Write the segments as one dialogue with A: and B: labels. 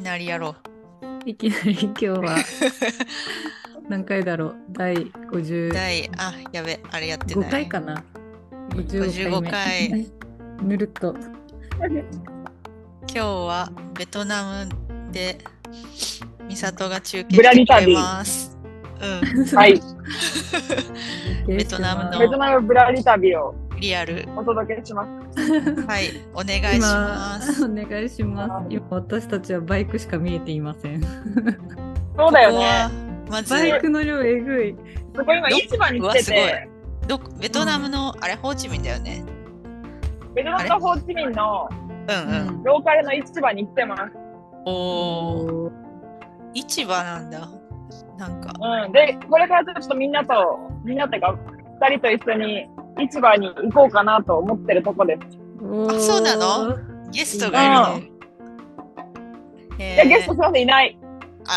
A: なりやろ
B: いきな り今日は
A: う。
B: 何回だろう第55
A: 第、あ、やべ、あれやってない。
B: 回かな
A: 55
B: ?55
A: 回
B: 回目。ぬるっと。
A: 今日はベトナムで、ミサトが中継
C: ぶら
A: し
C: り
A: てくれ
C: 旅
A: ます。う
C: はい、
A: ん。ベトナム
C: ベト
A: の
C: ナムブラリ旅を
A: リアル。
C: お届けします。
A: はい、お願いし
B: 今
A: ます。
B: お願いします。今私たちはバイクしか見えていません。
C: そうだよ
A: ここは
C: ね。
A: まず
B: バ、イクの量えぐい。
C: すごい今市場に来て
A: うわ
C: て、
A: どこベトナムの、あれ、ホーチミンだよね。
C: ベトナムとホーチミンの
A: うんうん。
C: ローカルの市場に来てます。
A: おー、市場なんだ。なんか、
C: うん、で、これからちょっとみんなと、みんなっていうか、二人と一緒に市場に行こうかなと思ってるとこです。
B: おー
A: あそうなのゲストがいるね。
C: い
A: え
C: や、ゲストすいません、いない。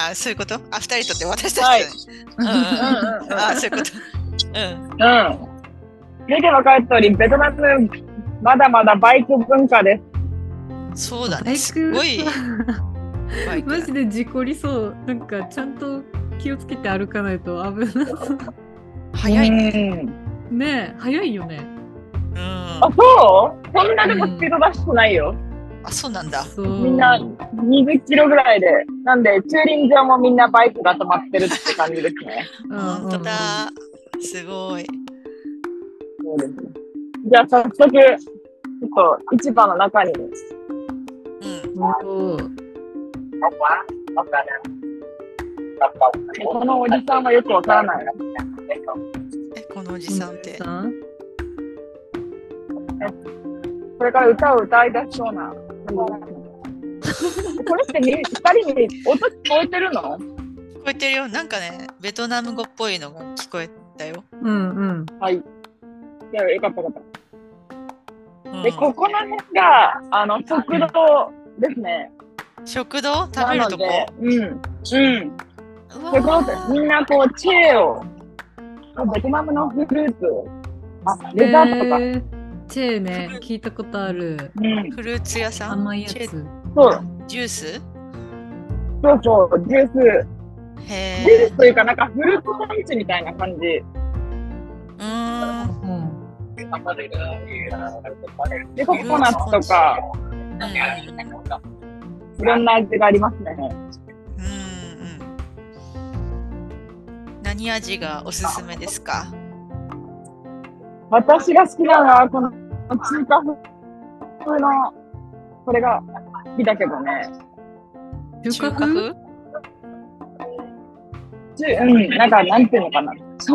A: あそういうことあ、二人とって私た
C: はい
A: ちとね。
C: うんうんうん。
A: うんうん。あそういうこと。うん。
C: うん。見て分かる通り、ベトナム、まだまだバイク文化です。
A: そうだ
B: バイ
A: ね。
B: ク
A: すごいバイクだ
B: マジで事故りそう。なんかちゃんと気をつけて歩かないと危な そう。
A: 早いね。
C: うん。
B: ねえ、早いよね。
A: うん。
C: あ、そうそんなでもスピード出してないよ。
A: あ、そうなんだ。
B: そう
C: みんな20キロぐらいで、なんで駐輪場もみんなバイクが止まってるって感じですね。
A: 本当。だ。すごい。
C: そうですねじゃあ早速、ちょっと市場の中に。
A: うん。
B: うんうんうん
C: このおじさんはよくわからない。
A: え、このおじさんって。
B: さん
C: これから歌を歌い出しそうな。これってみ2人に音聞こえてるの
A: 聞こえてるよ。なんかね、ベトナム語っぽいのが聞こえたよ。
B: うんうん。
C: はい。いや、よかったよかっ
A: うん
C: た。で、ここら辺が、あの、食堂ですね。
A: 食堂食べるとこ
C: なのでうん。うん。
A: うわ
C: すごくみんなこうチェーをベトナムのフルーツをあデザートとか、
B: えーチェーね、聞いたことある。
C: うん、
A: フルーツ屋さん
B: 甘いや
A: チェ
B: つ。
C: そう
A: ジュース
C: そうそうジュース
A: へ
C: ジュー
A: え。
C: スというかなんかフルーツサンドみたいな感じ
A: うーん。
B: うん。
C: でココナッツとかいろんな味がありますね
A: うんうん何味がおすすめですか
C: 私が好きなのはこの中華風のこれが好きだけどね
B: 中華風
C: 中うんなんかなんていうのかな中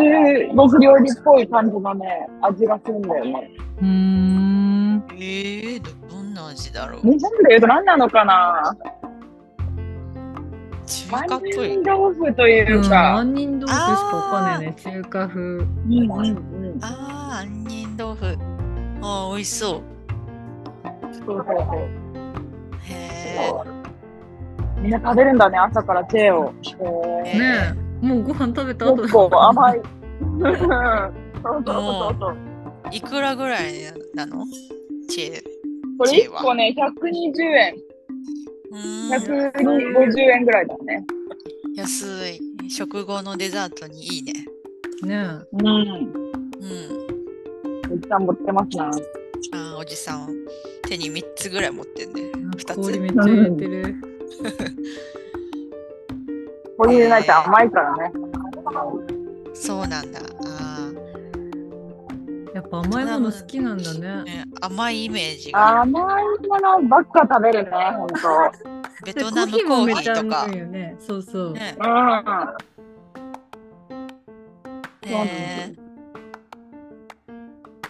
C: 国料理っぽい感じのね味がするんだよね
B: うーん。
A: えー、どどんな味だろう
C: 日本でいうと何なのかな
A: 中華
C: 万
A: っぽい
C: 人。豆腐というか、
B: 杏仁豆腐しかわかんないね。中華風。
C: うんうんうん、
A: ああ、杏仁豆腐。ああ、美味しそう。
C: そうそうそう
A: へえ。
C: みんな食べるんだね朝からチェーを
A: ね
C: へ
B: ねえ、もうご飯食べた
C: ー
B: 後
C: 結構甘
B: い。
C: いそうそうそうそう
A: いくらぐらいなのチェー。
C: これ
A: チェー
C: 1
A: は
C: 個ね120円
A: うーん、
C: 150円ぐらいだね
A: 安い。食後のデザートにいいね。
B: ねえ。
C: うん
A: うん。
C: おじさん持ってますな
A: ああ、おじさん、手に3つぐらい持ってんね。二つ
B: 氷めっちゃ入れてる。
C: こういうないと甘いからね
A: そうなんだ。あ
B: やっぱ甘いもの好きなんだ
A: あ、
B: ね。
A: ね甘いイメージがある。
C: 甘いものばっか食べるねほんと
A: ベ
B: で
A: トナムコーヒーとか。
B: いよね。そうそう。
A: ねえ
C: うそうなん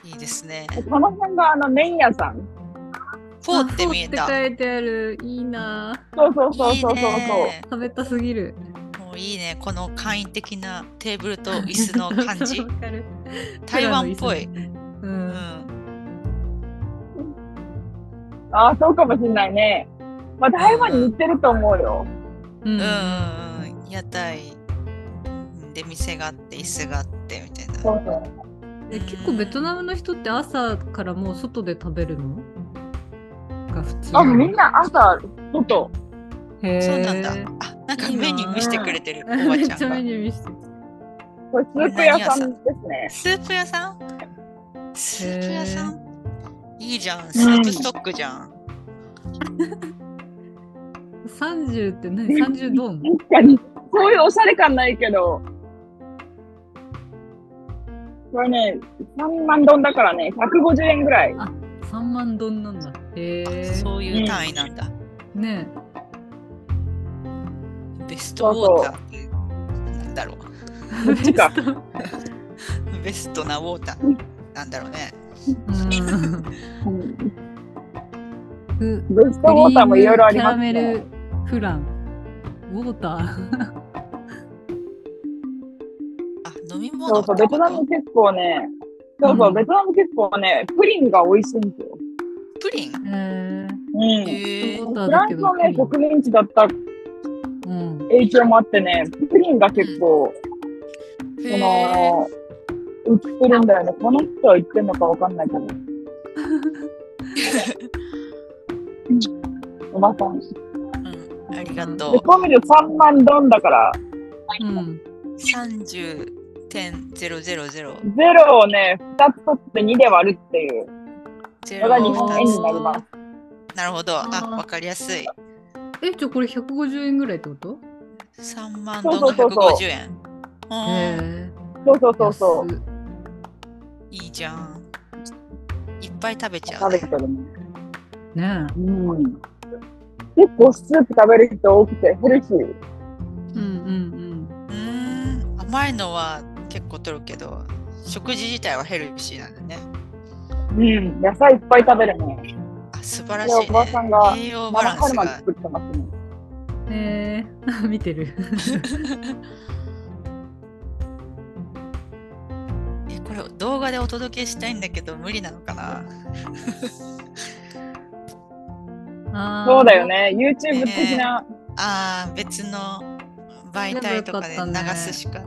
A: いいですね。
C: んこの辺があの麺屋さん
A: フォーって見え
B: あフ
A: た。
B: ォーって書いてある。いいな
C: そうそうそうそうそうそう
A: いいね
B: ぁ。食べたすぎる。
A: もういいね。この簡易的なテーブルと椅子の感じ
B: わ。かる
A: 台湾っぽい。。
B: う。
A: うんん。
C: ああ、そうかもしんないね。まあ、台湾に似てると思うよ。
B: う
A: うん
B: ん。
A: うん。屋台で店があって、椅子があってみたいな。
C: そうそう。
B: え結構ベトナムの人って朝からもう外で食べるのが普通
C: あ、みんな朝、外。
B: へえ。
A: そうなんだ。あ、なんか
B: いいな
A: メニュー見せてくれてる、おば
B: めっ
A: ちゃ
B: ちゃメ
A: んが。
B: ニュー見せて。
C: これ、スープ屋さんですね。
A: スープ屋さんスープ屋さんいいじゃん、スープストックじゃん。
B: 三十って何？三十ドン。
C: 確かに、そういうおしゃれ感ないけど。これね、3万丼だからね、150円ぐらい。
B: 三万ドンなんだ。へえ。
A: そういう単位なんだ。
B: ね
A: ベストウォーターっていうなんだろ
B: え。
C: こっちか
B: ベスト
A: う。ベストなウォータ
C: うん
A: ーなんだろうね。
B: うん。
C: うん
B: ふ
C: ブーストウォーターもいろいろあります
B: クリームキャラメ
C: ね。
B: ルフラン。ウォーター。
A: あ、飲み
C: そ
A: 物
C: う
A: ってこ
C: そう、
A: と
C: ベトナム結構ね、そうそうう、
B: ん
C: ベトナム結構ね、プリンが美味しいんですよ。
A: プリン
B: へえ。
C: うん。
A: へえ
B: そうだ
C: フランスのね、
B: だけど
C: 植民地だった
B: うん。
C: 影響もあってね、プリンが結構、そ
A: へ
C: の、売ってるんだよね。この人は言ってんのかわかんないけど。おばさん。で、
A: うん、ありがとう。
C: こう見ると3万ドンだから、
B: うん。
A: 30.000。
C: ゼロをね、2つ取って2で割るっていう。
A: ゼ
C: のが日本円になります。
A: なるほど。あ、
B: あー
A: わかりやすい。
B: え、じゃあこれ150円ぐらいってこと
A: 3万ドン
C: そう
A: の
C: そうそうそう
A: 150円。うん
B: へえ。
C: そうそうそうそう。
B: 安っ
A: いいじゃん。いっぱい食べちゃう
C: 食べ
A: ね。
C: てるね。
B: ね
C: うん。結構スープ食べる人多くてヘルシー。
B: え。うんうん
A: うーん、甘いのは結構取るけど、食事自体はヘルシーなんだね。
C: うん。野菜いっぱい食べるね。
A: あ、素晴らしい、ね。
C: おばさんが
A: 栄養バ
C: 生
A: ランス
C: 春巻き
A: が。
C: 作ってますね。
B: うん。へえ。 見てる。
A: え、これ動画でお届けしたいんだけど、無理なのかな。
B: あー
C: そうだよ。ね。YouTube 的な。
A: ああ、別の媒体とかで
B: でもよかったね
A: 流すしか。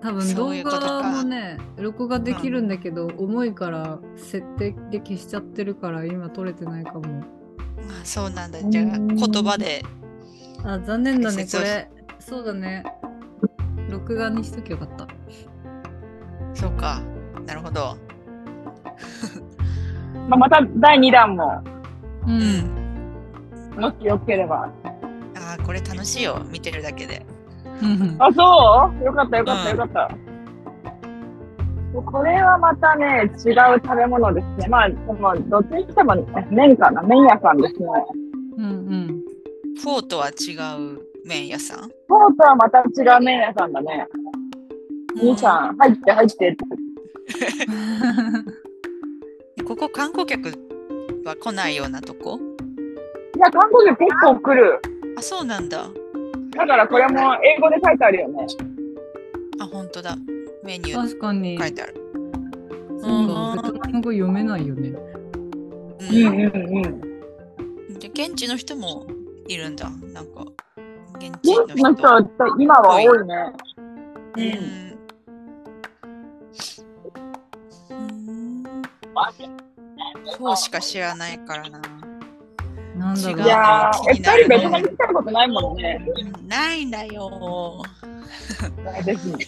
B: 多分
A: そうい
B: 動
A: うことか
B: 画もね、録画できるんだけど、重いから設定で消しちゃってるから今撮れてないかも。
A: あそうなんだ。じゃあ、言葉で。
B: あ、残念だね、
A: 解説
B: こ
A: をし
B: れ。そうだね。録画にしときゃよかった。
A: そうか。なるほど。
C: まあ、また第2弾も、
B: う。
A: うんん。
C: もしよければ。
A: ああ、これ楽しいよ。見てるだけで。
B: うん
C: あ、そうよかったよかった
A: う
C: よ
A: ん
C: かった。これはまたね、違う食べ物ですね。まあ、でも、どっちにしても麺かな。麺屋さんですね。
B: うん
A: フォーとは違う麺屋さん。
C: フォーとはまた違う麺屋さんだね。兄さん、入って入ってって。
B: う
A: うんここ観光客は来ないようなとこ
C: いや、韓国結構来る。
A: あ、そうなんだ。
C: だからこれも英語で書いてあるよね。
A: あ、本当だ。メニ
B: ん。
A: ュー
B: 確かに。
A: 書いてある。
B: そうか、ベトナム語読めないよね。
A: う
C: うん
A: ん
C: うんうん。
A: で現地の人もいるんだ。なんか、現地の
C: 現地の人
A: 人。
C: は今は多いね。
A: う
C: うん
A: んうん。そうしか知らないからな。
B: なんだろ
A: 違
B: う。
A: う
C: いやー、え、
A: 気にな
C: 二
A: るね
C: 人ベトナム来たことないもんね。
A: ないんだよ。
C: ぜひ。ぜ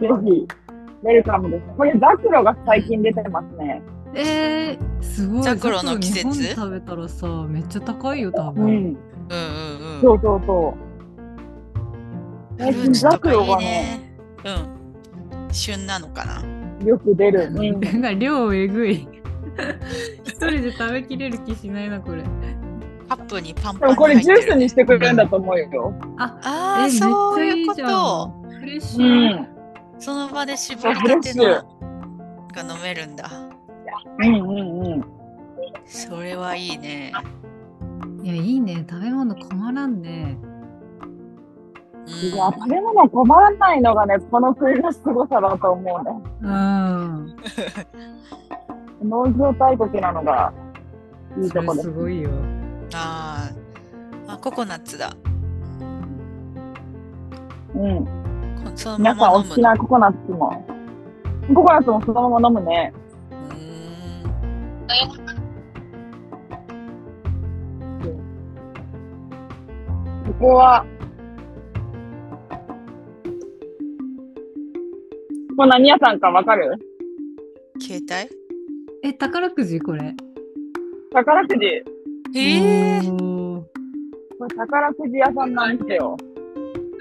C: ひ、ウェルカムです。これ、ザクロが最近出てますね。
B: えー、すごい。
A: ザクロの季節
B: ザクロ日本で食べたらさ、めっちゃ高いよ、多
C: う
B: 分。
C: ん、
A: うんうんう
C: そ
A: ん。
C: うそうそう。
A: フルー
C: 最近
A: ツと
C: ザク
A: か
C: ロ
A: いい
C: がね、
A: ね。うん。旬なのかな。
C: よく出る。うん
B: なんか量えぐい。一人で食べきれる気しないな、これ。
A: カップにパン
C: で
A: パン
C: も
A: に
C: これ
A: 入っ
C: ジュー
A: て
C: ス
A: るね、
C: にしてくれるんだと思うよ。
B: あ、
A: あ
B: え
A: あ、そう
B: めっちゃい
A: いう
B: い
A: こ
B: じゃん
A: と。。
B: フレッシ
C: う
B: ュ。
C: ん。
B: へ
A: その場で絞りたてのが飲めるんだ。
C: うんうんうん。
A: それはいいね。
B: いや、いいね。食べ物困らんね。
A: うん
C: いや、食べ物困らないのがね、この国の凄さだと思うね。
B: うん。
C: 農業大国なのがいい
B: そ
C: と
B: れ
C: こですす。
B: ごいよ。
A: あーあ、ココナッツだ。
C: うん。
A: こそのま
C: 皆さん
A: ま
C: お
A: 飲
C: 好
A: む
C: き
A: の。
C: なココナッツも。ココナッツもそのまま飲むね。
A: うーん
C: こは、もう何屋さんかわかる
A: 携
B: え、宝くじこれ。
C: 宝くじ。
A: 帯えー、
B: おー
C: これ宝くじ屋さんなんですよ。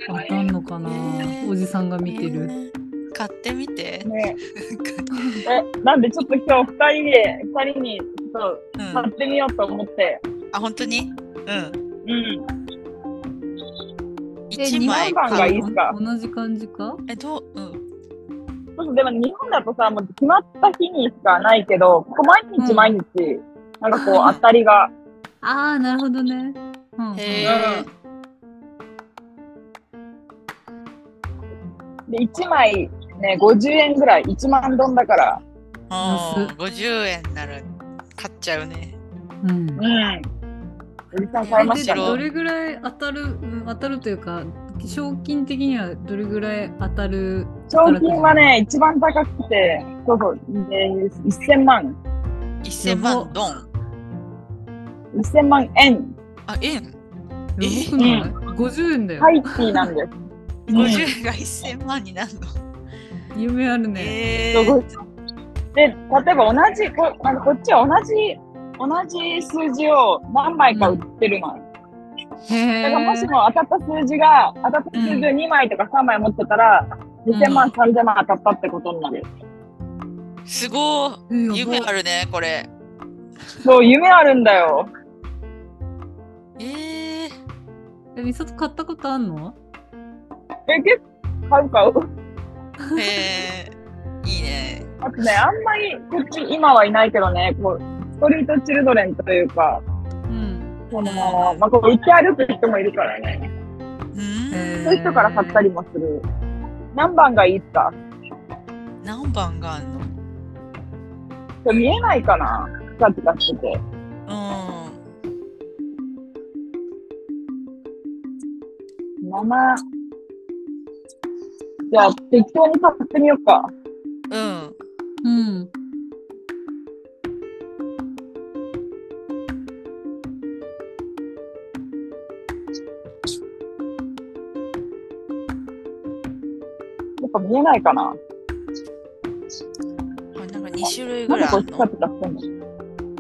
B: 当たんのかな、
A: えー
B: おじさんが見てる。
A: 買ってみて。
C: ね、え、なんでちょっと今日二人で、二人にちょっ
A: う
C: と買
A: ん、
C: ってみようと思って。
A: あ、本当にうん。
C: うん。
B: え
A: 1枚
C: 日本版が
A: 買
C: いういっすか
B: 同じ感じか
A: え、どううん。
C: そうそうでも日本だとさ、もう決まった日にしかないけど、ここ毎日毎日、なんかこう当たりが、
B: ああ、なるほどね。うんうん
A: へ
C: う
A: え
C: ん。で、1枚ね、50円ぐらい、1万ドンだから。
A: うん50円なら買っちゃうね。
B: うん
C: うん。おじさん買いまし
B: で
C: た
A: ね
B: どれぐらい当たる、うん当たるというか、賞金的にはどれぐらい当たる
C: 賞金はね、一番高くて、そうそう、で1000万、
A: 1000万ドン。
C: 1000万円、
A: あ、円え
B: よくない、?50 円だよ、
C: ハイティーなんです。うん
A: ?50 円が1000万になるの。
B: 夢あるね。
A: え
C: すごい
A: ー、
C: で、例えば同じ、こなんかこっちは同じ、同じ数字を何枚か売ってるの。だ
B: へ
C: からもし
B: ー
C: も当たった数字が、当たった数字を2枚とか3枚持ってたら、2000万、3000万当たったってことになる。
A: すごい。
B: えやば
A: 夢あるね、これ。
C: そう、夢あるんだよ。
A: えー、
B: えみさと買ったことあんの
C: え、結構買う買う。
A: え ー、いいね。
C: あとね、あんまりこっち今はいないけどね、こう、ストリートチルドレンというか、
B: うん。
C: その、まあ、こう、売って歩く人もいるからね。
A: うん。
B: へー
C: そういう人から買ったりもする。何番がいいっすか
A: 何番があんの
C: これ見えないかなピカピカしてて。
A: うん。
C: 7。じゃあ、適当に買ってみようか。
A: うん。
B: うん。
C: やっぱ見えないかな
A: あなんか2種類
C: な
A: ぐ
C: んで
A: らいあ
C: こ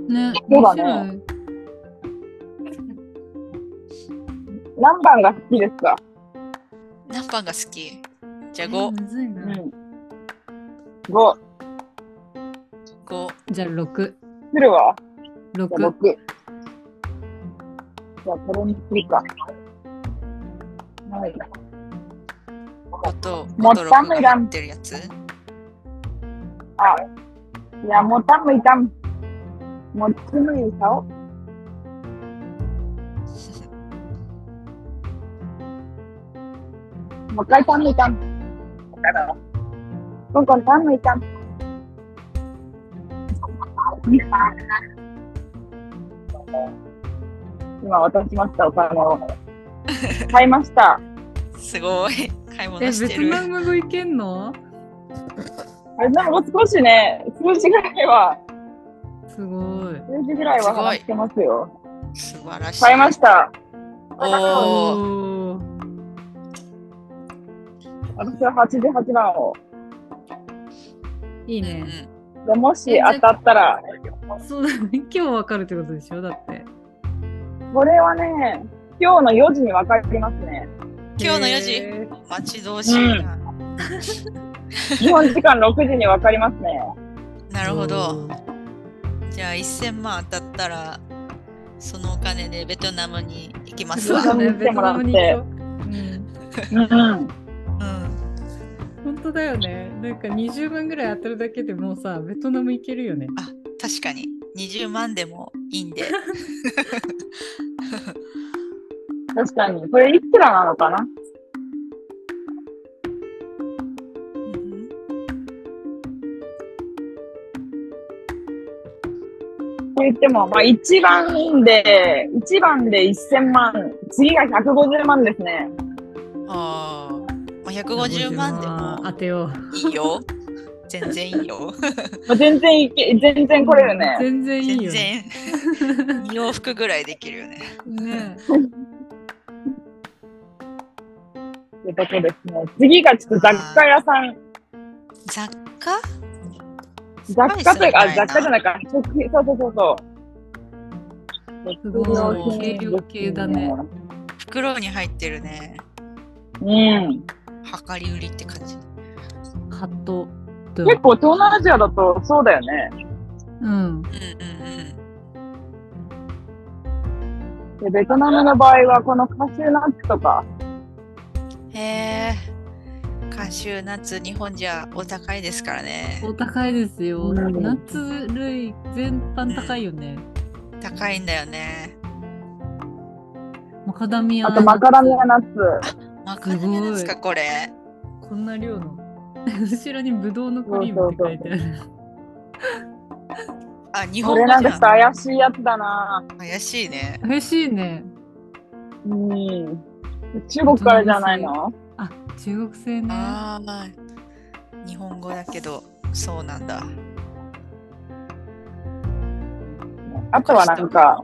C: れ
A: ん
C: ピ
A: の
B: ね、
C: カピカしてんのそう
B: 面
C: だね
B: 白い。
C: 何番が好きですか
A: 何番が好きじゃあ
B: え
A: 5、
B: むずいうな。
C: ん。5。
A: 5。
B: じゃあ6。
C: 鶴はじゃあ
B: 6
C: 6。。じゃあ、これにするか。はい。
A: あと、5
C: もう
A: と6
C: ダメ
A: が
C: だ
A: 入ってるやつ
C: あ、いや、もたむいたむ。もつむいさお。もう一回たむいたむ。だから。こんこんたむいたむ。今渡しました、お金を。買いました。
A: すごい。買い
B: え、
A: 物
B: ベ
A: して
B: ト
A: る。
B: ナム語いけんの
C: あれ、なんかもう少しね、数字ぐらいは、
B: すごい。
C: 数字ぐらいは話してますよ。
A: 素晴らしい。
C: 買いました。
A: おー
B: おー。
C: 私は88番を。
B: いい
A: うんう
B: ね。
A: ん
C: でもし当たったら、
B: そうだね。今日わかるってことでしょだって。
C: これはね、今日の4時に分かりますね。
A: 今日の4
B: へ
A: 時、
B: ー
A: 待ち遠しいな。
C: 日本時間6時に分かりますね。
A: なるほど。。じゃあ1000万当たったら、そのお金でベトナムに行きます
B: そう
A: わ。
B: だね、ベトナムに行こ
C: うん。
A: うん。
B: う。本当だよね。なんか20万ぐらい当たるだけでもうさ、ベトナム行けるよね。
A: 確かに。20万でもいい んで。
C: 確かに。これいくらなのかな
A: うん
C: これ言っても、まあ1番で、1番で1000万、次が150万ですね。
A: あーまあ、150万で
B: 当
A: も
B: てよう。
A: いいよ。全然いいよ。
C: まあ、全然いけ、全然来れるね。
B: 全然いい
A: 全
B: よ。ね
A: 然。2往復ぐらいできるよね。
B: ね
C: ってとこですね。次がちょっと雑貨屋さん、
A: 雑貨
C: 雑貨というか、あ、
A: スパイスみたいな
C: 雑貨じゃないか、食品、そうそうそうそう。
B: すごい
C: 食料品です
B: 軽量系だね
A: 袋に入ってるね。
C: うん。
A: 量り売りって感じ。
B: ハットだ
C: 結
B: よ。
C: 構東南アジアだとそうだよね。
B: うん。
A: うんうん
C: でベトナムの場合は、このカシューナッツとか、
A: うん。へえ。カシューナッツ、日本じゃお高いですからね。
B: お高いですよ。
C: うん
B: ナッツ類全般高いよね。
A: 高いんだよね。
B: マカダミア。
C: あとマカダミアナッツ。
A: マカダミアナッツか、これ。
B: こんな量の。 後ろにブドウのクリームって書いてある。
A: あ、日
C: こ
A: 本
C: れ
A: 語
C: なん
A: じ
C: か
A: ゃ
C: さ、
A: ん。
C: 怪しいやつだな。
A: 怪しいね。
B: 美味しいね。
C: うん。中国からじゃないの
B: あ、中国製ね。
A: ああ。日本語だけど、そうなんだ。
C: あとはなんか、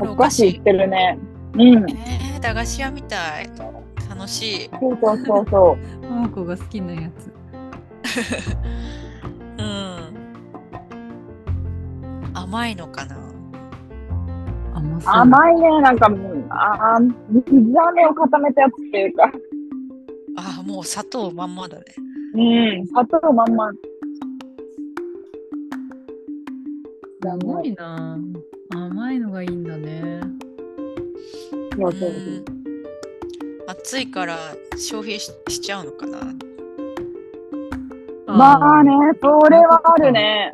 C: お菓子売ってるね。うん。
A: えー、駄菓子屋みたい。楽しい。
C: そうそうそうそう。
B: ももこが好きなやつ。
A: うん。甘いのかな。
B: 甘そう。
C: 甘いね、なんかもう、ああ、水飴を固めたやつっていうか、
A: あ、もう砂糖まんまだね。
C: うん、砂糖まんま。だ
B: すご
C: ね。
B: いな。甘いのがいいんだね。
C: そうそうそう
A: うん暑いから消費ししちゃうのかな。
C: まあね、それはあるね。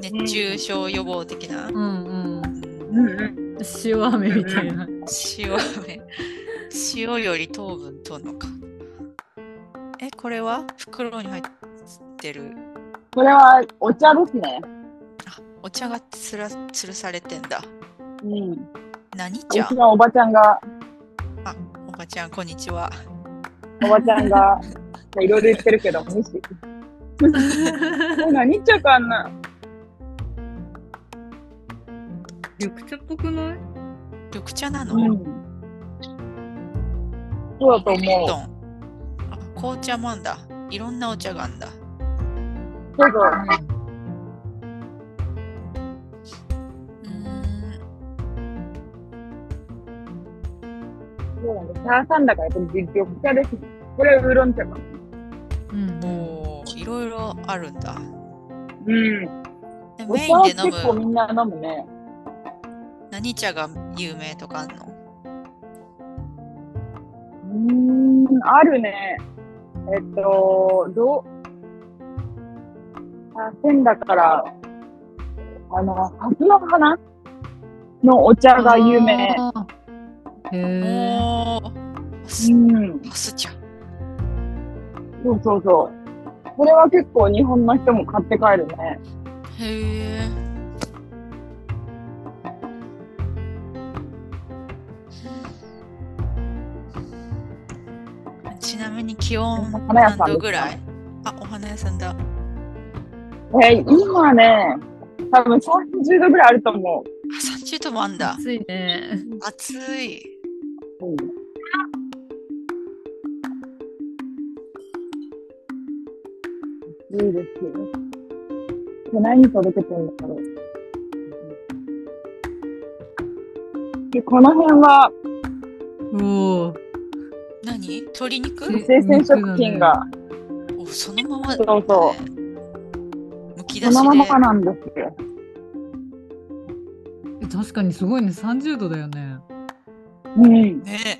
A: 熱中症予防的な。
B: ー。うんうん。
A: うん
C: うん。
B: 塩飴みたいな。
A: 塩飴。塩より糖分取るのか。え、これは袋に入ってる。
C: これはお茶ですね。
A: あ、お茶がつらつるされてんだ。
C: うん。う
A: 何
C: ち
A: 茶
C: のおばちゃんが、
A: あ、おばちゃん、こんにちは。
C: おばちゃんが、いろいろ言ってるけど、無視。え何茶かな
B: 緑茶っぽくない
A: 緑茶なの、
C: うん。そうだと
A: コッ
C: 思う
A: ト。ン。あ、紅茶もあんだ。いろんなお茶があんだ。
C: そうそう。
A: うー
C: そうなんです。サーサンダからこれ緑茶ですね。これはウーロン茶か。
B: うん
A: ん。おーいろいろあるんだ。
C: うん。
A: で
C: お
A: メ
C: 茶
A: イン
C: は
A: で飲
C: 結構み
A: む
C: んな飲むね。
A: 何茶が有名とかあんの
C: うーん、あるね。えっと、どう、あ、仙だから、あの、蓮の花のお茶が有名。
B: あー。へえ。
A: おお。ハ
C: うん、
A: ス茶。
C: そうそうそう。これは結構日本の人も買って帰るね。
A: へえ。ちなみに気温
C: お花
A: 何
C: 屋さんですか
A: 度ぐらいあ、お花屋さんだ。
C: えー今ね、多分30度ぐらいあると思
A: あ、三十度もあんだ。
B: 暑いね。
A: 暑い。
C: う。うんいいですよ。これ何届けてるんだろう。で、この辺は
B: おお。
A: 何鶏肉
B: え
C: 生鮮食品が
A: おそのまま
C: そ
A: だ
C: うそ
A: むき出
C: そ
A: しで
C: のままなんですよ。
B: 確かにすごいね。30度だよね。
C: うん。
A: ね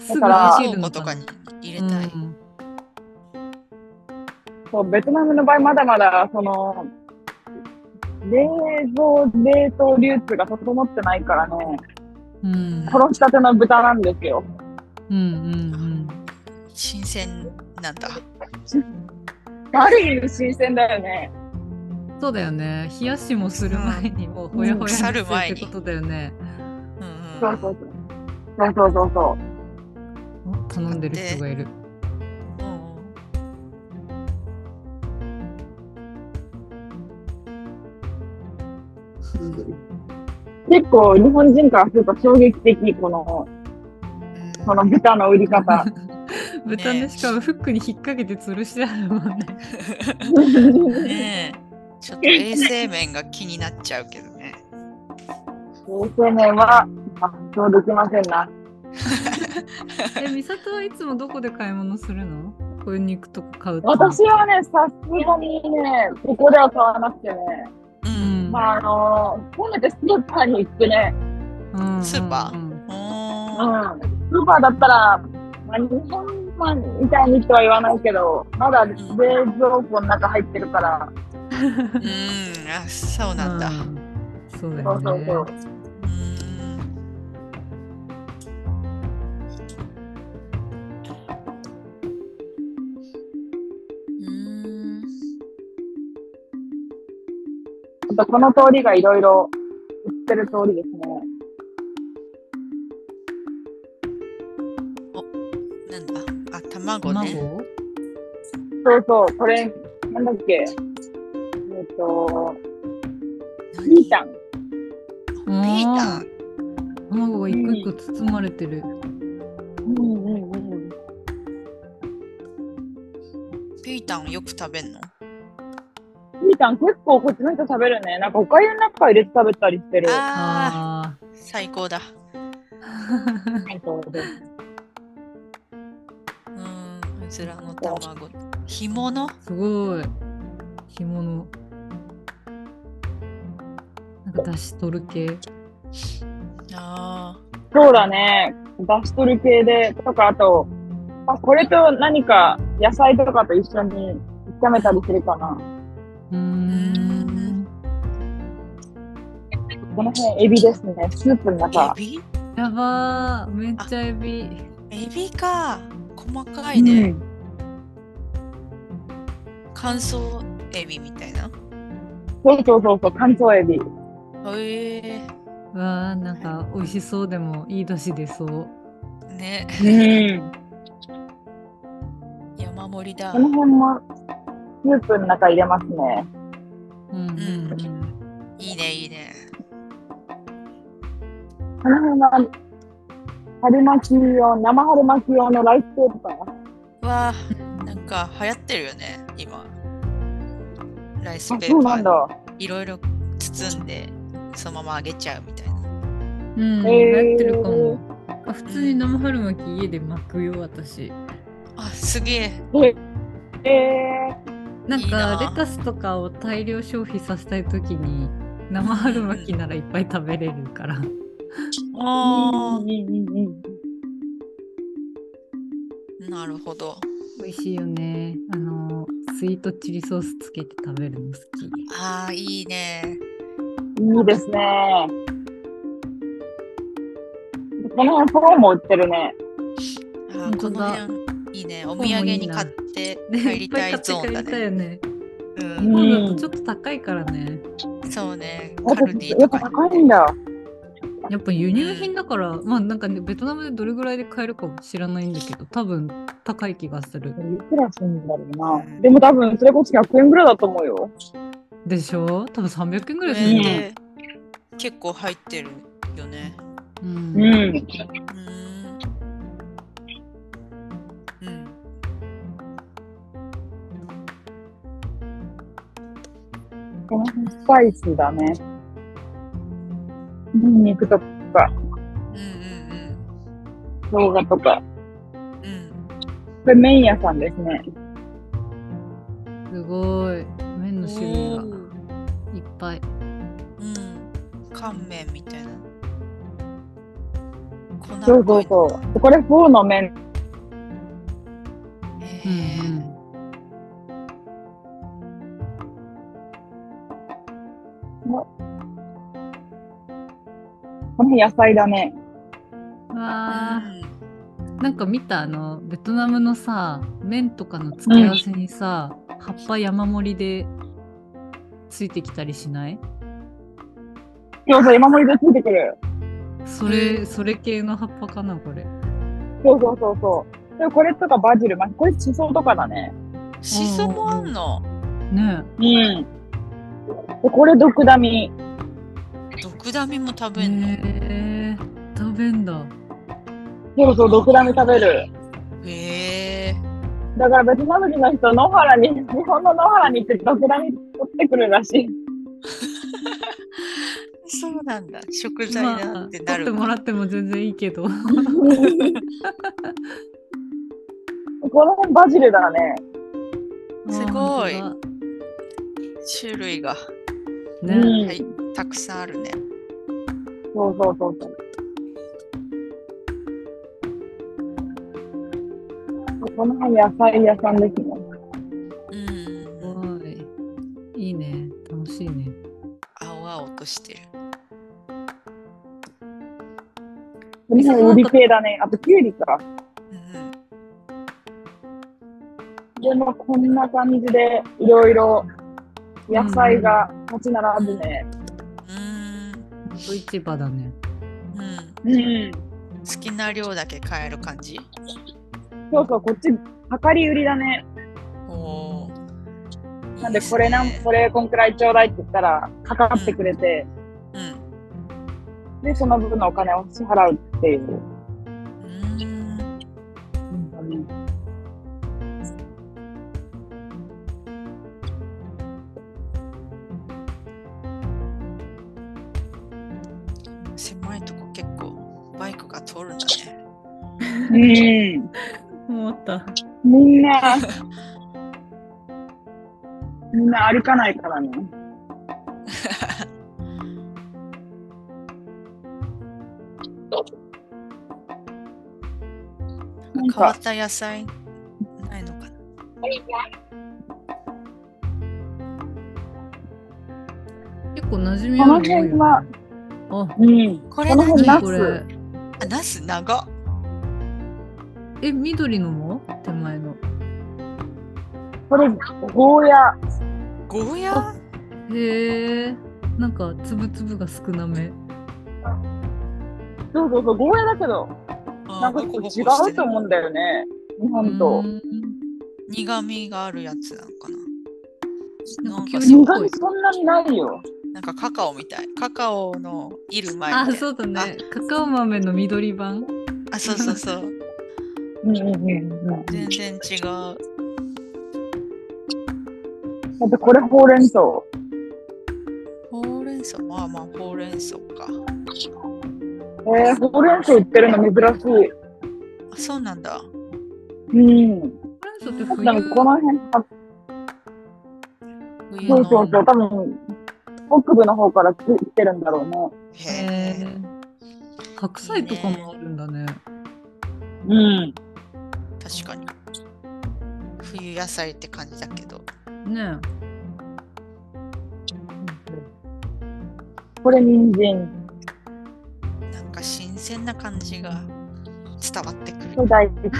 B: すぐ
C: から
B: 走
A: 冷
B: る
A: 蔵庫
B: の
A: と
B: か
A: か
B: な
A: に入れたい、
B: うん
C: そう、ベトナムの場合まだまだ、その、冷蔵、冷凍流通が整ってないからね、
B: うん
C: 殺したての豚なんですよ。
B: うんうん
A: 新鮮なんだ
C: ある意味新鮮だよね。
B: うん。そうだよね。冷やしもする前にもうほやほやにす
A: 腐る前
B: っ
A: に
B: てことだよね。
A: うん
C: そうそうそう。そうそうそうそ
B: 頼んでる人がいる。
A: うんうん
C: う。結構日本人からすると衝撃的、この
A: うん
C: その豚の売り方。
B: 豚ね、しかもフックに引っ掛けて吊るしてあるもんね。
A: ねえ。ちょっと衛生面が気になっちゃうけどね。
C: 衛生面は発表できませんな。
B: え、美里はいつもどこで買い物するのこういう肉とか買うと。
C: 私はね、さすがにね、ここでは買わなくてね、
A: う
B: うん
A: ん。
C: まああの、せめてスーパーに行ってね、
B: うん
A: スーパー
B: うん
C: うん、ス
A: おー
C: ーパーだったら、まあ、日本版みたいにとは言わないけど、まだ冷蔵庫の中入ってるから、
A: うん。あ、そうなんだ。う
B: うんそうだ
C: そ
B: よ
C: うそう
B: ね。
C: そう。
A: ん。うん
C: ちょっとこの通りがいろいろ売ってる通りですね。
A: なんだあ、卵ね。
B: 卵
C: そうそう、これ、なんだっけ、えっと、ピ
A: 何
C: ータン。
B: ピ
A: ピータン。
B: 卵が一個一個包まれてる。
C: うんうんうん。
A: ピータンよく食べんの
C: ピータン結構こっちの人食べるね。なんかおかゆの中入れて食べたりしてる。
A: ああ、
B: あ
A: 最高だ。
B: あ。
C: そうです
A: うん、うずらの卵。干物
B: すごい。干物。なんか出汁取る系。
A: あ
C: そうだね。出し取る系で、とか、あと、あこれと何か野菜とかと一緒に炒めたりするかな。
B: うーん。
C: この辺、エビですね。スープの
A: あ、
C: 中
A: エ。ビ
B: やばー。めっちゃエビ。
A: エビか。細かいね。
C: うん
A: 乾燥エビみたいな。
C: そうそうそうそう、乾燥エビ。
A: へえ
B: わあ、なんか美味しそうでもいい出汁出そう。
A: ね、
C: うん。
A: 山盛りだ。
C: この辺も、スープの中入れますね。
B: うんうんうん。
A: いいね、いいね。
C: この辺は、春巻き用、生春巻き用のライスペーパー。
A: わあ、なんか流行ってるよね、今。ライス
C: あ、
A: ペ
C: そう
A: ー
C: な
A: パ
C: ん
A: ー
C: だ。
A: いろいろ包んで、そのまま揚げちゃうみたいな。
B: うん、
C: えー
B: 流行ってるかも。あ普通に生春巻き家で巻くよ、私。
A: あ、すげえ。
C: ええ
B: なん
A: いいな
B: かレタスとかを大量消費させたいときに生春巻きならいっぱい食べれるから。
A: あ
C: うんうんうん
A: あ、なるほど。
B: 美味しいよね。あの、スイートチリソースつけて食べるの好き。
A: ああ、いいね。
C: いいですね。この辺フォーも売ってるね。
A: あ
B: 本
A: ーこ
B: 当
A: の
B: だ
A: 辺いいね。お土産に買って帰りたいゾーンだ
B: いっぱい買って帰りたい
A: ね。
B: よね。
A: うん
C: ん、
B: 今だとちょっと高いからね。
A: そうね。
C: やっ
A: カルディと
C: ぱ
A: か
C: 高いんだ。
B: やっぱ輸入品だから、まあなんかね、ベトナムでどれぐらいで買えるかも知らないんだけど、多分高い気がする。
C: いくらするんだろうな。でも多分それこそ100円ぐらいだと思うよ。
B: でしょ多分300円ぐらいする
A: に。
B: の。
A: ね結構入ってるよね。
B: う。
C: うんん。
A: うーん。うん。
C: この辺スパイスだね。ニンニクとか
A: うんうん
C: 生姜とか。
A: うん。うん。
C: これ麺屋さんですね。
B: すごい。麺の種類
A: お
B: が
A: ー
B: いっぱい。
A: うん。乾麺みたいな。粉っぽいな
C: そうそうそう。これフォーの麺。
A: へ
B: うん
A: え
B: うん。
C: この辺野菜だね。
B: わー。
A: うん
B: なんか見たあのベトナムのさ麺とかの付け合わせにさ、葉っぱ山盛りでついてきたりしない
C: そうそう、山盛りでついてくる。
B: それそれ系の葉っぱかなこれ
C: そうそうそうそう。でもこれとかバジル、まあ、これシソとかだね。
A: しそもあんの
B: ね
C: うん。で、これ毒ダミ。
A: 毒ダミも食
B: え
A: べんの
B: へー食べんだ
C: そうそう、ドクダミ食べる。
A: へえ。
C: だからベトナム人の人、野原に、日本の野原に行ってドクダミ取ってくるらしい。
A: そうなんだ。食材
B: ま
A: だ
B: あ
A: って
B: 取
A: な
B: っ
A: る
B: て
A: わ。
B: もらっても全然いいけど
C: この辺バジルだね。
A: すごい
B: あー本
A: 種類が
B: 当だね、
C: うん
A: はいたくさんあるね。
C: そうそうそうそう。この辺野菜屋さんですね。
A: うん
B: す。ごいいいね楽しいね
A: 青々としてる。
C: この辺ウリ系だね。あとキュウリか。
A: うん
C: でもこんな感じでいろいろ野菜が立ち並ぶね。
A: うん。
B: ほんと市場だね
A: うん。
C: うん。
A: 好きな量だけ買える感じ。
C: そうそう、こっち、量り売りだね。
A: おお。
C: なんで、これなん、これこんくらいちょうだいって言ったら、かかってくれて、
A: うん。
C: で、その分のお金を支払うっていう。
A: うん。狭いとこ結構バイクが通るんだね。
C: うん。
B: 思った
C: みんな、みんな歩かないからね。な
A: 変
C: ん
A: わっ、
C: か
A: た野菜ないのかな。
B: 結構馴染み
C: こ
B: あ
C: の
B: るよ
C: 辺は、
B: あ
C: うん。
A: これ
C: この辺
A: 何
B: 何
C: ナ
B: こ
C: ス
B: れ。
A: あナス長っ。
B: え緑のも手前の
C: これ、ゴーヤ。
A: ゴーヤー
B: へえなんかつぶつぶが少なめ
C: そうそうそう、ゴーヤだけど、な
A: あ
C: んか
A: ボ
C: ちょっ
A: コ
C: と
A: ボコ
C: 違
A: して
C: う
A: る
C: と思うんだよね。日本
B: う
C: と。
B: ーん
A: 苦味があるやつなのかな。
B: な
A: なん
B: んか
A: か
B: 急に
C: 意
B: っぽ
C: 外
B: い
C: にそんなにないよ。
A: なんかカカオみたい。カカオのいる前
B: あ
A: で。
B: そうだねカカオ豆の緑版
A: あ、そうそうそう。
C: うんうんうんうん。
A: 全然違う。
C: だってこれほうれん草。
A: ほうれん草まあまあほうれん草か。
C: えー、ほうれん草売ってるの珍しい。
A: あ、そうなんだ。
C: うん。
B: フランスって
C: 多
B: 冬
C: 分この辺、あ
A: 冬
C: そう
A: の。
C: そうそう、多分北部の方から来てるんだろうね。
A: へえ。
B: 白菜とかもあるんだね。
C: うん。
A: 確かに。冬野菜って感じだけど。
B: ね
C: これ人参、
A: なんか新鮮な感じが伝わってくる。
C: これ大根。
B: え。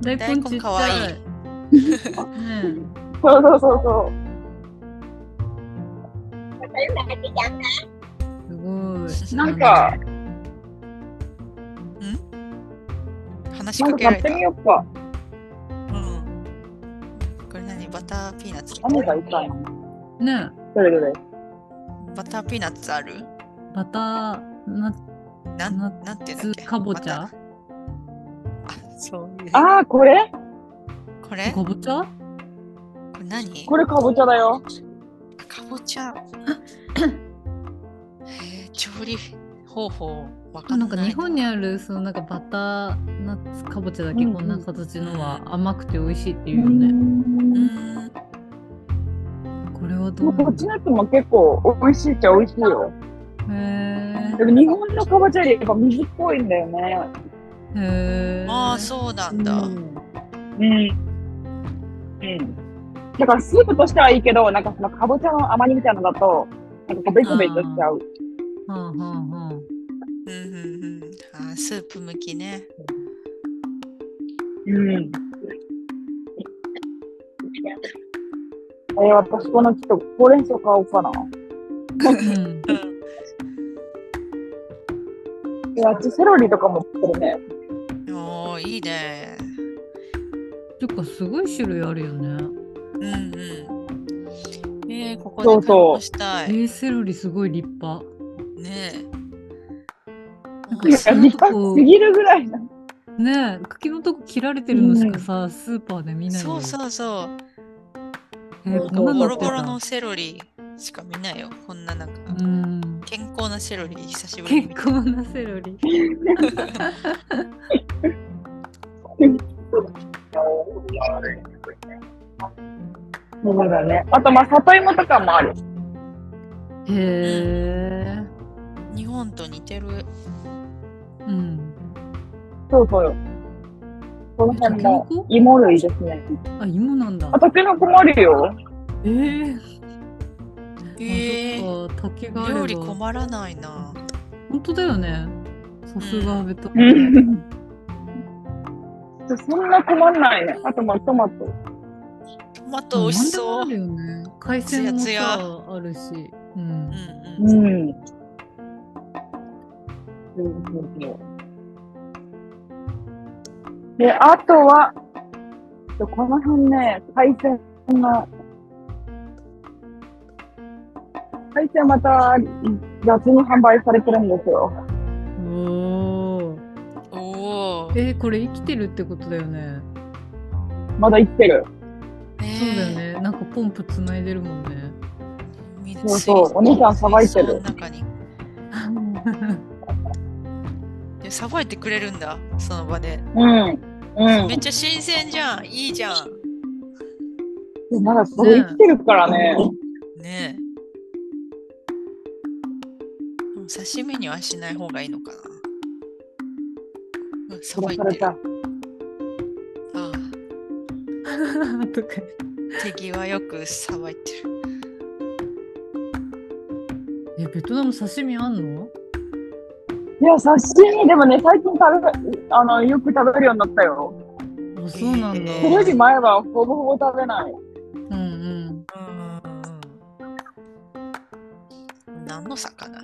B: 大
A: 大
B: 根ち
A: 根
B: っち
A: かわ
B: ゃ
A: い
B: い。
A: い
B: ね。え。
C: そうそうそうそ
B: すご
C: う。
B: い。
C: なんか、
A: 話し
C: な
A: か
C: んか
A: けら
C: 買
A: れ。
C: ったてみようか。
A: うん。これ何バターピーナッツみ
C: 何
A: た
C: が
A: い
C: いいかな。
B: あの。ね
C: それぞれ。
A: バターピーナッツある
B: え。バターナッ
A: なん
B: ナ
A: なんていうんだっ
B: ツ
A: け
B: かぼちゃ
A: バ。ターあ、そういう。
C: あー、これ
A: これ
B: かぼちゃ。
A: これ何
C: これかぼちゃだよ。
A: かぼち ゃ。えー調理方法わかん
B: な
A: ない。
B: んか日本に
A: あ
B: あるそのなんかバターナッツかぼちゃだけ
C: うんうん
B: こんな形のは甘くて美味しいって
C: う
B: いうよね。
C: ん
A: ん。
B: これはど
C: も
B: う
C: う
B: な
C: こ
B: の
C: っちのやつも結構美味しいっちゃ美味しいよ。
B: へ
C: でも日本のかぼちゃよりやっぱ水っぽいんだよね。
B: え。へえ。
A: ああ、そうなんだ。
C: うん。うん。だからスープとしてはいいけど、なんかそのかぼちゃの甘煮みたいなのだと、なんかこうベトベトしちゃう。
B: はあはあはあ。
A: うんうんうん。あースープ向きね。
C: うん。えー、私このちょっとほうれん草買おうかな。
B: うん。
C: いや、あっちセロリとかも売ってるね。
A: おー、いいね。
B: てかすごい種類あるよ
A: うんう
B: ね。
A: ん。えー、ここで買い
C: そうそう
A: 物したい。
B: えー、セロリすごい立派。
A: ねえ。
B: なん
C: い
B: か
C: や、
B: そういう
C: 立
B: と
C: 派
B: こ
C: すぎるぐらいな。
B: ねえ茎のとこ切られてるのしかさ、スーパーで見ないよ
A: そうそうそう。
B: えーこんなの
A: ボ
B: 売
A: ロ
B: って
A: ボロ
B: た
A: のセロリしか見ないよ。こんななんか、
B: うん
A: 健康なセロリ久しぶりに
B: 健
A: 見た。
B: 康なセロリ
C: そうだね。あと、まあ、里芋とかもある。
B: へえ
A: 日本と似てる。
B: うん
C: そうそう。この辺も
B: タケノコ
C: 芋類ですね。
B: あ芋なんだ
C: あ、タケノコもあるよ。
B: えー
A: ええ
B: あそっか竹があれば
A: 料理困らないな。
B: 本当だよねさすがベトナ
C: う
B: ム
C: ん。そんな困んないね。あと、まあ、トマト。
A: トマト美味しそう。う
B: 何
A: ん
B: でもあるよね。海鮮も
A: つやつ
B: さあるし、うん。
A: うん。
C: ん。で、あとは、この辺ね、海鮮が、海鮮また雑に販売されてるんですよ。
B: おー
A: おお。
B: えーこれ生きてるってことだよね。
C: まだ生きてる。
B: そうだよ
A: ね
B: ね。なんかポンプつないでるもん ね。
A: え。
C: そうそうお姉ちゃんさばいて
A: 水
C: る
A: 槽の中に。でさばいてくれるんだ、その場で。
C: うん。う
A: めっちゃ新鮮じゃん。いいじゃん。
C: ん。まだそれ生きてるからね。
A: ねえ。でも刺身にはしない方がいいのかな。うんさば
C: 殺
A: い
C: さ
A: て
C: れ
A: る。
C: た
A: あ。あ
B: とか。
A: 手際よくさばいてる。
B: えベトナム刺身あんの？
C: いや、刺身でもね、最近食べ、あの、よく食べるようになったよ。
B: あそうなんだ。
A: え
C: それより前はほぼほぼ食べない。
B: う
A: う
B: ん
A: ん。何の魚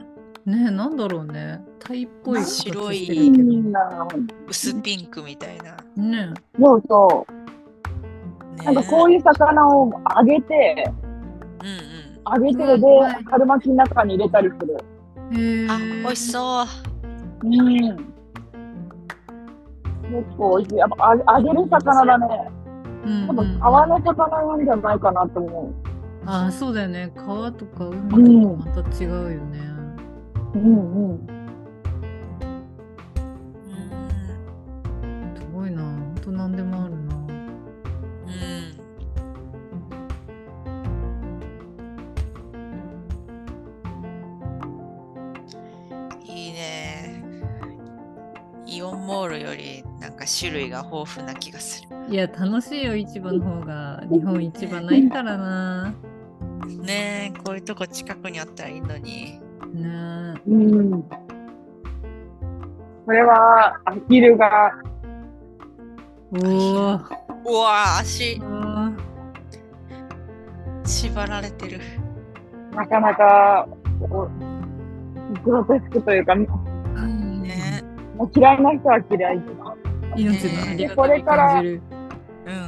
B: うん。ねえなんだろうね。タイっぽい形してるけど
A: 白い
C: な。
A: 薄ピンクみたいな。
B: ね
C: そうそう。
A: ね
C: なんかこう
A: いう。
C: いう魚を揚げて、
A: うんうん。
C: 揚げて
B: うん
C: で
B: うまい、
C: 春巻きの中に入れたりする。
B: え。へ
A: あ、美味し
B: う。
A: そう。
C: うん。結構美味しい。やっぱあ揚げる魚だね。
B: うん
C: 多
B: う
C: 分
B: ん、
C: 川の魚なんじゃないかなと思
B: あそうだよね。川とか海とかまた違うよね。
C: う。うんうん。
A: うん。
B: すごいな。本当なんでもあるな。
A: うん。いいね。イオンモールよりなんか種類が豊富な気がする。
B: いや楽しいよ市場の方が日本市場ないからな。
A: ねえ、こういうとこ近くにあったらいいのに。
B: ね
C: うん。これは、アヒルが、
B: え。おお。
A: うわあ、足
B: あー
A: 縛られてる。
C: なかなか、おグロテスクというか、も
A: ね。
C: う嫌いな人は嫌い。
B: 命のありがたみを感じる。
A: うんうん。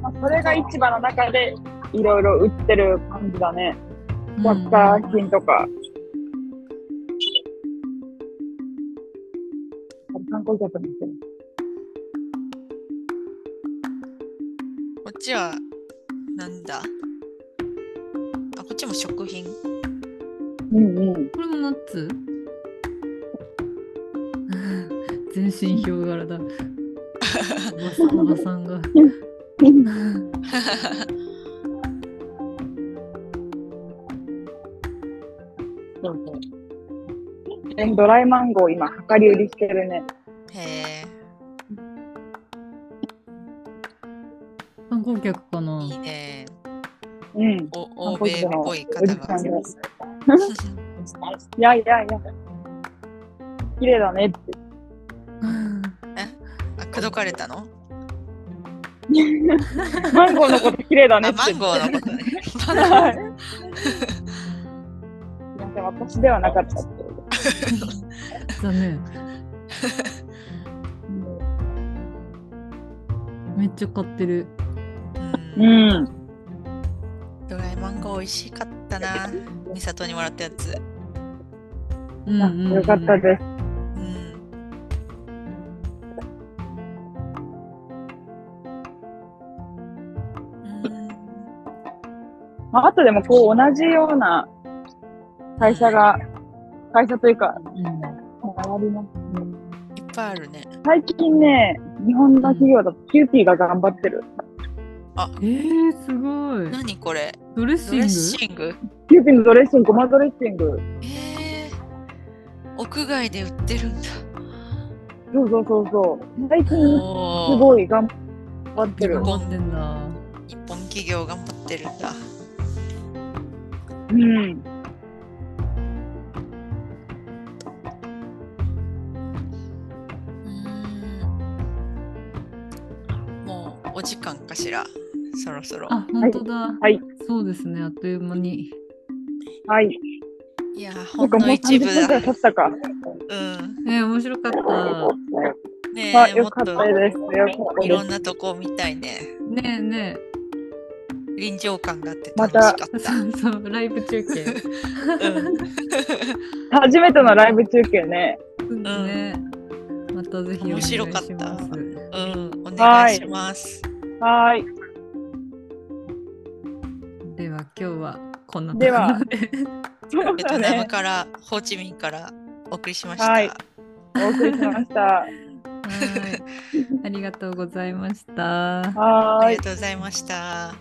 C: まあそれが市場の中でいろいろ売ってる感じだね。
B: う
C: 雑
B: ん
C: 貨品とか。観光客の人
A: こっちは、なんだあ、こっちも食品。
C: うんうん。
B: これもナッツ全身ヒョウ柄だ。おばさんおばさん が。
C: そうそう。えドライマンゴー今、量り売りしてるね。
A: へえ、
B: 観光客かない
A: いね。
C: うん。
A: お欧米っぽい方が。
C: おじいやいやいや。綺麗だねって。
A: あ、口説かれたの
C: マンゴーのこと綺麗だね
A: あ、
C: って。
A: マンゴーのことね。マンゴ
C: は
A: ー
C: い。なんか私ではなかったっていう。
B: だね。めっちゃ買ってる。
A: うん
C: うん。
A: ドラえもんが美味しかったな。美里にもらったやつ。
B: うんうんうん
C: よかったです。まあ、あとでもこう同じような会社が、会社というか、
B: うん
C: 周りの。
A: いっぱいあるね。
C: 最近ね、日本の企業だとキューピーが頑張ってる。
A: あ、
B: えー、すごい。
A: 何これ
B: ドレッ
A: ド
B: シン
A: レ
B: グ
A: ッシング
C: キューピーのドレッシング、ごまドレッシング。
A: えー、屋外で売ってるんだ。
C: そうそうそうそう。最近す
A: おー
C: ごい頑張ってる
A: す。ご
B: 頑張ってんだ。
A: 日本企業頑張ってるんだ。
C: うん。
A: うーんもうお時間かしら、そろそろ。
B: あ、本当だ、
C: はい。
B: そうですね、あっという間に。
C: はい。
A: いや、
C: な
A: ほ
C: ん
A: ん
C: かもう
A: の一
C: 30
A: 部
C: 分くら
A: だ
C: い。経ったか。
A: うん。
B: えー、面白かった。
A: ね
C: あ、
A: え、
C: よ
A: もっ
C: かった
A: と
C: です。よかった
A: い
C: で
A: ろ
C: す
A: ん。なとこ見たいね。
B: ねえね
A: 臨場感があって
C: ま
A: 楽
C: た
A: しかっ
B: え、
A: た。
B: そうそう、ライブ中継。です
A: うん
C: 初めてのライブ中継ね。
B: ね。またぜひお願いしま
A: 面白
B: す。
A: かったうん、お
C: は
A: 願
C: い
A: いします。
C: はーい。
B: では今日はこんな
C: では
B: ところで
C: そう
A: ベ
C: だ
A: トナム
C: ね。
A: から、ホーチミンからお送りしました。
C: はいお送りしました。
B: はいありがとうございました。
C: は
A: あ
C: ー
A: り。
C: い
A: がとうございました。